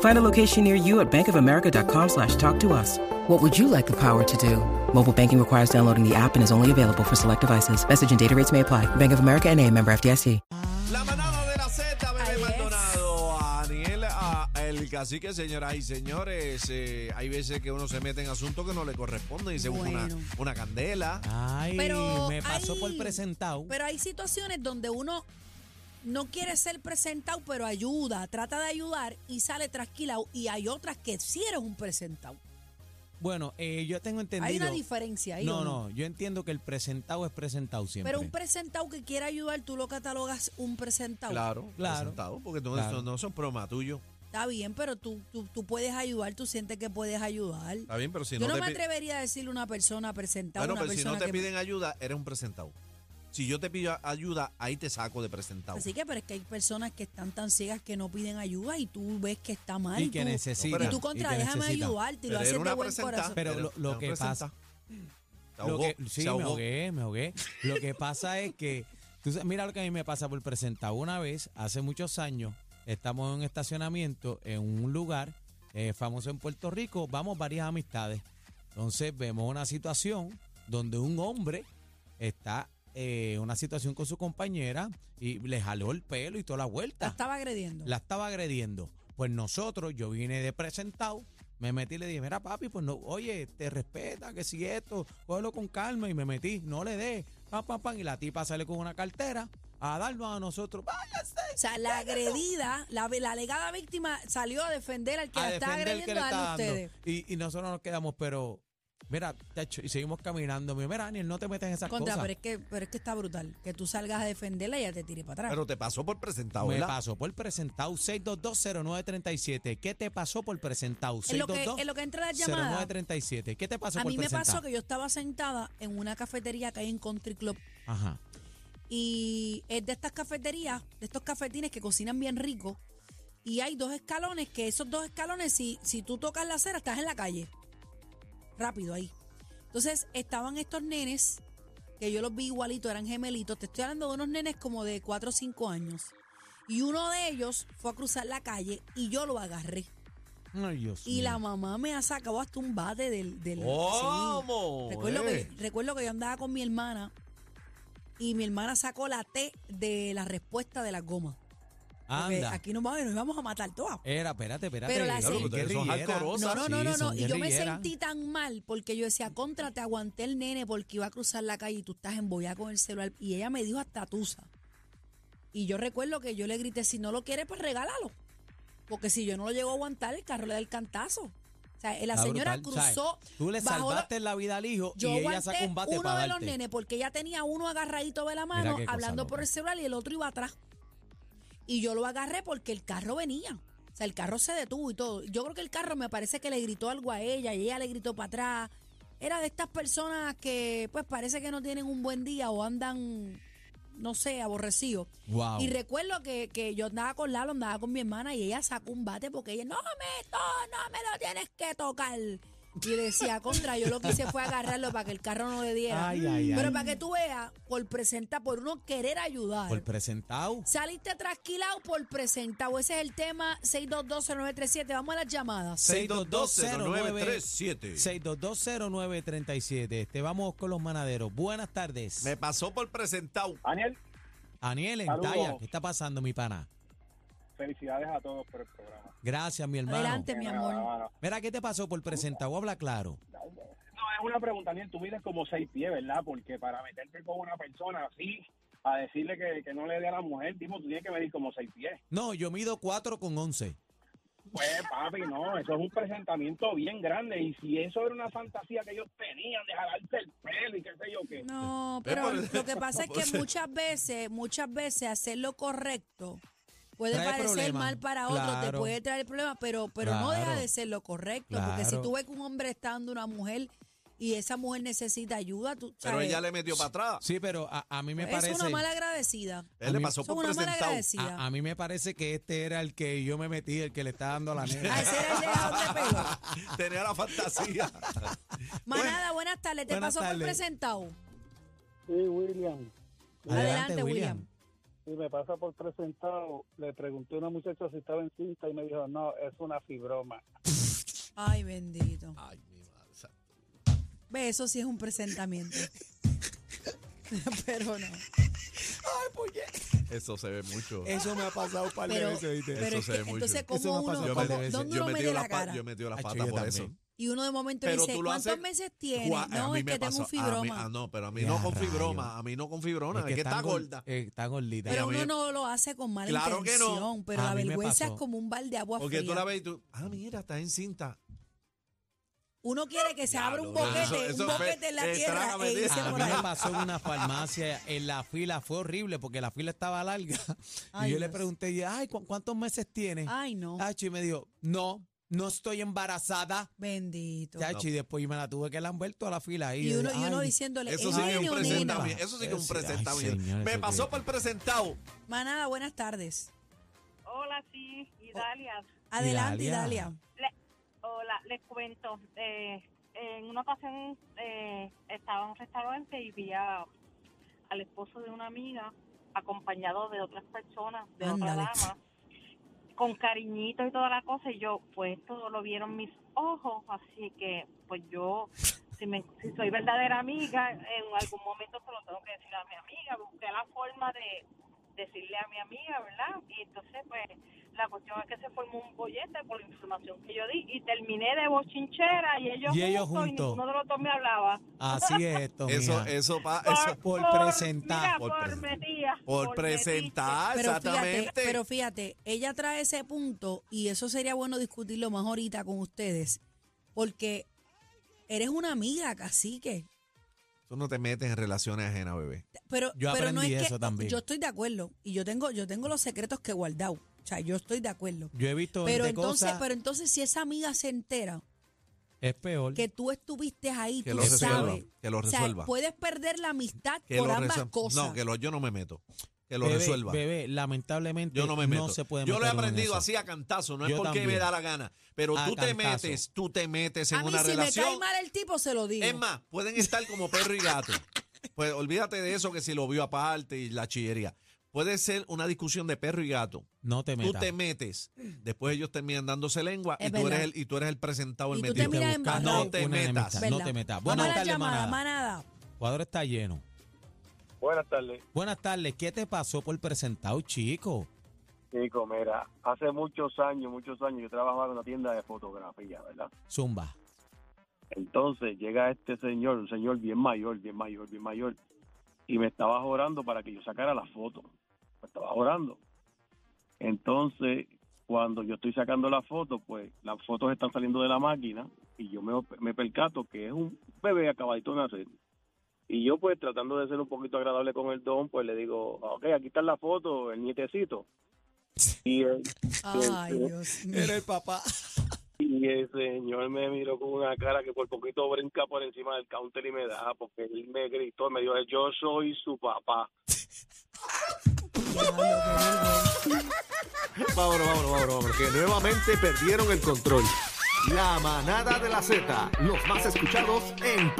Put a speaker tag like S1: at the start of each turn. S1: Find a location near you at bankofamerica.com slash talk to us. What would you like the power to do? Mobile banking requires downloading the app and is only available for select devices. Message and data rates may apply. Bank of America and a member FDIC.
S2: La manada de la Z, bebé
S3: Ahí es.
S2: Maldonado, a Daniel, a el cacique, señoras y señores. eh, hay veces que uno se mete en asuntos que no le corresponden y se busca una,
S3: Bueno. Ah,
S2: una candela.
S4: Ay,
S3: Pero
S4: me pasó por
S3: hay-
S4: presentado.
S3: Pero hay situaciones donde uno no quiere ser presentado, pero ayuda, trata de ayudar y sale trasquilado. Y hay otras que sí eres un presentado.
S4: Bueno, eh, yo tengo entendido.
S3: Hay una diferencia ahí. ¿o
S4: No, no, yo entiendo que el presentado es presentado siempre.
S3: Pero un presentado que quiere ayudar, tú lo catalogas un presentado.
S2: Claro,
S4: Claro.
S2: presentado, porque no, no-
S4: Claro.
S2: no son proma tuyo.
S3: Está bien, pero tú, tú, tú puedes ayudar, tú sientes que puedes ayudar.
S2: Está bien, pero si
S3: Yo
S2: no
S3: no
S2: te
S3: me
S2: pi-
S3: atrevería a decirle a una persona presentada.
S2: Bueno,
S3: una
S2: pero si
S3: persona
S2: no te
S3: que-
S2: piden ayuda, eres un presentado. Si yo te pido ayuda, ahí te saco de presentado.
S3: Así que, pero es que hay personas que están tan ciegas que no piden ayuda y tú ves que está mal.
S4: y que
S3: tú-
S4: necesita.
S2: pero-
S3: Y tú contra, déjame ayudarte y
S2: Pero
S3: lo haces
S2: era
S3: de
S2: una
S3: buen
S2: presenta.
S3: corazón.
S4: Pero
S2: Era-
S4: lo- lo
S2: era un
S4: que
S2: presenta.
S4: pasa-
S3: Mm.
S2: Se ahogó,
S4: lo que, sí,
S2: se
S4: me
S2: ahogó.
S4: ahogué, me ahogué. Lo que pasa es que, tú sabes, mira lo que a mí me pasa por presentado. Una vez, hace muchos años, estamos en un estacionamiento en un lugar eh, famoso en Puerto Rico, vamos varias amistades. Entonces vemos una situación donde un hombre está eh, en una situación con su compañera y le jaló el pelo y toda la
S3: La
S4: vuelta.
S3: estaba agrediendo.
S4: Ah. La estaba agrediendo. Pues nosotros, yo vine de presentado, me metí y le dije, mira papi, pues no, oye, te respeta, que si esto, cógelo con calma. Y me metí, no le dé, pam, pam, pam. Y la tipa sale con una cartera a darnos a nosotros. Váyase.
S3: O sea, la agredida, la, la alegada víctima salió a defender al que
S4: a
S3: la está
S4: defender el que le
S3: agrediendo
S4: está
S3: a
S4: dando.
S3: ustedes.
S4: Y, y nosotros nos quedamos, pero, mira, tacho, y seguimos caminando. Me dijo, mira, Daniel, no te metas en esas
S3: Contra,
S4: cosas.
S3: pero es, que, pero es que está brutal. Que tú salgas a defenderla y ella te tire para atrás.
S2: Pero te pasó por presentado,
S4: me
S2: ¿verdad?
S4: pasó por presentado 6220937. ¿Qué te pasó por presentado?
S3: en, lo que, en lo que entra la llamada,
S4: 0937. ¿Qué te pasó
S3: a
S4: por
S3: mí me
S4: presentado?
S3: pasó que yo estaba sentada en una cafetería que hay en Country Club.
S4: Ajá.
S3: Y es de estas cafeterías, de estos cafetines que cocinan bien rico. Y hay dos escalones, que esos dos escalones, si, si tú tocas la acera, estás en la calle. Rápido ahí. Entonces estaban estos nenes, que yo los vi igualitos, eran gemelitos. Te estoy hablando de unos nenes como de 4 o 5 años. Y uno de ellos fue a cruzar la calle y yo lo agarré.
S4: Ay, Dios
S3: Y
S4: mío.
S3: la mamá me ha sacado hasta un bate del... del sí.
S2: ¿Cómo?
S3: Recuerdo,
S2: Eh.
S3: que, recuerdo que yo andaba con mi hermana y mi hermana sacó la T de la respuesta de las gomas. Porque
S4: Anda.
S3: Aquí nos vamos, nos íbamos a matar todas.
S4: Era, espérate, espérate.
S3: Pero la
S4: Sí,
S3: serie-
S4: guerrillera.
S2: Son hardcoreosas.
S3: No, no, no,
S4: Sí,
S3: no, no.
S4: son
S3: Y yo me
S4: guerrilleras.
S3: sentí tan mal porque yo decía, contra, te aguanté el nene porque iba a cruzar la calle y tú estás embollada con el celular. Y ella me dijo hasta tusa. Y yo recuerdo que yo le grité, si no lo quieres, pues regálalo. Porque si yo no lo llego a aguantar, el carro le da el cantazo. O sea, la
S4: Está
S3: señora
S4: brutal.
S3: cruzó.
S4: ¿Sabes? Tú le
S3: bajó la-
S4: salvaste la vida al hijo
S3: Yo
S4: y ella
S3: aguanté
S4: sacó un bate
S3: uno
S4: para
S3: de
S4: darte.
S3: los nenes porque ella tenía uno agarradito de la mano
S4: qué cosa
S3: hablando
S4: loca.
S3: por el celular y el otro iba atrás. Y yo lo agarré porque el carro venía. O sea, el carro se detuvo y todo. Yo creo que el carro me parece que le gritó algo a ella y ella le gritó para atrás. Era de estas personas que pues parece que no tienen un buen día o andan, no sé, aborrecidos.
S4: Wow.
S3: Y recuerdo que, que yo andaba con Lalo, andaba con mi hermana y ella sacó un bate porque ella, no me, to, no me lo tienes que tocar. Y decía, contra, yo lo que hice fue agarrarlo para que el carro no le diera.
S4: Ay, ay, ay.
S3: Pero para que tú veas, por presenta, por uno querer ayudar.
S4: Por presentado.
S3: Saliste trasquilado por presentado. Ese es el tema 6220937. Vamos a las llamadas.
S2: 6220937.
S4: 6220937. Te vamos con los manaderos. Buenas tardes.
S2: Me pasó por presentado.
S5: Daniel,
S4: Aniel, en
S5: Saludos.
S4: talla. ¿Qué está pasando, mi pana?
S5: felicidades a todos por el programa.
S4: Gracias, mi hermano.
S3: Adelante, mi
S5: Mira,
S3: amor.
S5: mano,
S4: Mira, ¿qué te pasó por presentado? Habla claro.
S5: No, es una pregunta, Daniel, tú mides como seis pies, ¿verdad? Porque para meterte con una persona así, a decirle que, que no le dé a la mujer, tipo, tú tienes que medir como seis pies.
S4: No, yo mido 4 con 11.
S5: Pues, papi, no, eso es un presentamiento bien grande. Y si eso era una fantasía que ellos tenían de jalarte el pelo y qué sé yo qué.
S3: No,
S2: Ve
S3: pero
S2: por- pues.
S3: lo que pasa es
S2: por
S3: que
S2: ser-
S3: muchas veces, muchas veces hacer lo correcto puede
S4: Trae
S3: parecer
S4: problemas,
S3: mal para otros, te
S4: claro.
S3: puede traer problemas, pero, pero no deja
S4: Claro.
S3: de ser lo correcto, porque si
S4: Claro.
S3: tú ves que un hombre está dando a una mujer y esa mujer necesita ayuda. Tú,
S2: Pero
S3: sabes,
S2: ella le metió para atrás.
S4: Sí, pero a, a mí me
S3: es
S4: parece.
S3: una mala agradecida.
S2: Él le
S4: mí-
S2: pasó
S3: Son
S2: por
S3: una mala
S2: presentado.
S3: agradecida.
S4: a, a mí me parece que este era el que yo me metí, el que le está dando la
S3: Ah,
S4: negra.
S3: ese era el de Jabón de pelo.
S2: Tenía la fantasía.
S3: Manada, buenas tardes. Te
S4: Buenas
S3: paso por
S4: tardes.
S3: presentado.
S5: Sí, William.
S3: Adelante, William.
S5: Y me pasa por presentado. Le pregunté a una muchacha si estaba en cinta y me dijo, no, es una fibroma.
S3: Ay, bendito.
S2: Ay, mi madre.
S3: Ve, eso sí es un presentamiento. Pero no.
S2: Eso se ve mucho.
S4: Eso me ha pasado un par de
S3: Pero,
S4: veces, ¿viste?
S3: pero
S2: Eso
S3: es
S2: se
S3: que,
S2: ve mucho.
S3: entonces,
S4: Eso me
S3: como
S4: ha
S3: uno,
S4: pasado
S2: Yo
S4: par de
S3: cómo-
S4: veces.
S2: yo
S3: ¿dónde uno
S2: me
S3: mete
S2: tiro
S3: la
S2: la pa-
S3: cara?
S2: yo me tiro la
S4: Hacho,
S2: pata
S4: yo
S2: por eso.
S4: también.
S3: Y uno de momento
S2: Pero
S3: dice,
S2: tú lo
S3: ¿cuántos
S2: haces-
S3: meses tiene?
S2: Gua-
S3: No, es que tengo
S2: pasó-
S3: un
S2: A mí,
S3: fibroma.
S2: ah, no, pero a mí
S4: Ya,
S2: no con
S4: rayo.
S2: fibroma. A mí no con fibrona. Es que, está
S4: tan gor-
S2: gorda.
S4: eh, está gordita.
S3: pero
S2: a mí
S3: uno
S2: me-
S3: no lo hace con mala
S2: Claro que no.
S3: intención. Pero
S4: A
S3: la
S4: mí me
S3: vergüenza es
S4: pasó.
S3: como un balde de agua
S2: Porque tú
S3: fría.
S2: la ves y tú. Ah, mira, está en cinta.
S3: Uno quiere que se abra un
S2: Diablo,
S3: boquete,
S2: eso- eso
S3: un
S2: fue-
S3: boquete en la
S2: eh,
S3: tierra
S2: trágame de
S3: e irse
S2: esa.
S4: A mí
S3: por ahí.
S4: me pasó en una farmacia, en la fila, fue horrible porque la fila estaba larga.
S3: Ay,
S4: y yo le
S3: Dios.
S4: pregunté, y, ay, ¿cu- ¿cuántos meses tiene?
S3: Ay, no.
S4: Tacho, y me dijo, no, no estoy embarazada.
S3: Bendito.
S4: Tacho, y después me la tuve que la han vuelto a la fila. ahí.
S3: Y uno, y uno
S4: Ay,
S3: diciéndole,
S2: Eso
S3: "Es
S2: sí que es un
S3: nene o nena".
S2: presentamiento. Eso sí que es un
S4: Ay,
S2: presentamiento.
S4: señor,
S2: Me
S4: eso
S2: pasó
S4: que-
S2: por presentado.
S3: Manada, buenas tardes.
S6: Hola, sí, Idalia.
S3: Adelante,
S4: Idalia.
S3: Idalia.
S6: Hola, les cuento. eh, en una ocasión eh, estaba en un restaurante y vi a- al esposo de una amiga acompañado de otras personas, de otra
S3: Ándale.
S6: dama, con cariñito y toda la cosa. Y yo, pues esto lo vieron mis ojos, así que pues yo, si, me, si soy verdadera amiga, en algún momento se lo tengo que decir a mi amiga. Busqué la forma de decirle a mi amiga, ¿verdad? Y entonces, pues, la cuestión es que se formó un bollete por la información que yo di y terminé de bochinchera y ellos,
S4: Y ellos
S6: juntos,
S4: juntos.
S6: y ninguno de los dos me hablaba.
S4: Así es esto,
S2: Eso,
S4: mija.
S2: eso, pa- eso.
S4: por presentar.
S6: mira,
S2: Por
S6: por,
S2: presentar.
S6: metía,
S2: Por
S6: metiche.
S2: presentar,
S3: Pero fíjate,
S2: exactamente.
S3: pero fíjate, ella trae ese punto y eso sería bueno discutirlo más ahorita con ustedes, porque eres una amiga, cacique.
S2: Tú no te metes en relaciones ajenas, bebé.
S3: Pero,
S4: Yo
S3: pero no es
S4: aprendí
S3: que,
S4: eso también.
S3: Yo estoy de acuerdo y yo tengo, yo tengo los secretos que he guardado. O sea, yo estoy de acuerdo.
S4: Yo he visto
S3: Pero
S4: gente
S3: entonces,
S4: cosas,
S3: pero entonces si esa amiga se entera
S4: es peor.
S3: que tú estuviste ahí,
S2: Que
S3: tú
S2: lo
S3: sabes.
S2: resuelva. Que lo
S3: O sea,
S2: resuelva.
S3: puedes perder la amistad
S2: Que
S3: por
S2: lo
S3: ambas
S2: resuelva.
S3: cosas.
S2: No, que lo- yo no me meto. Que lo
S4: bebé,
S2: resuelva.
S4: Bebé, lamentablemente
S2: Yo no me meto.
S4: se puede
S2: yo lo he
S4: meter uno en
S2: aprendido
S4: eso.
S2: así a cantazo, no es
S4: Yo
S2: porque me
S4: también.
S2: da la gana. Pero
S4: A
S2: tú te
S4: cantazo.
S2: metes, tú te metes en
S3: a mí
S2: una
S3: si
S2: relación.
S3: me cae mal el tipo, se lo digo.
S2: Es más, pueden estar como perro y gato. Pues olvídate de eso que si lo vio aparte y la chillería. Puede ser una discusión de perro y gato.
S4: No te metas.
S2: Tú te metes, después ellos terminan dándose lengua
S3: Es
S2: y tú, eres
S3: verdad.
S2: el, y tú eres el presentado, el
S3: Y tú te
S2: metido.
S3: miras en
S4: Buscando
S3: barro.
S2: No te
S4: una
S2: metas.
S4: enemistad,
S3: ¿Verdad?
S4: No te metas.
S3: Vamos
S4: Buenas
S3: a la
S4: tardes,
S3: llamada,
S4: manada.
S3: manada.
S4: Cuadro está lleno.
S5: Buenas tardes.
S4: Buenas tardes, ¿qué te pasó por presentado, chico?
S5: Chico, mira, hace muchos años, muchos años yo trabajaba en una tienda de fotografía, ¿verdad?
S4: Zumba.
S5: Entonces llega este señor, un señor bien mayor, bien mayor, bien mayor, y me estaba orando para que yo sacara la foto. Me estaba orando. Entonces, cuando yo estoy sacando la foto, pues las fotos están saliendo de la máquina y yo me, me percato que es un bebé acabadito de nacer. Y yo pues tratando de ser un poquito agradable con el don, pues le digo, ok, aquí está la foto, el nietecito. Y el,
S3: Ay, Dios mío.
S4: el papá.
S5: y el señor me miró con una cara que por poquito brinca por encima del counter y me da, porque él me gritó, me dijo, yo soy su papá.
S7: Vámonos, vámonos, vámonos, vámonos, que nuevamente perdieron el control. La manada de la Z, los más escuchados en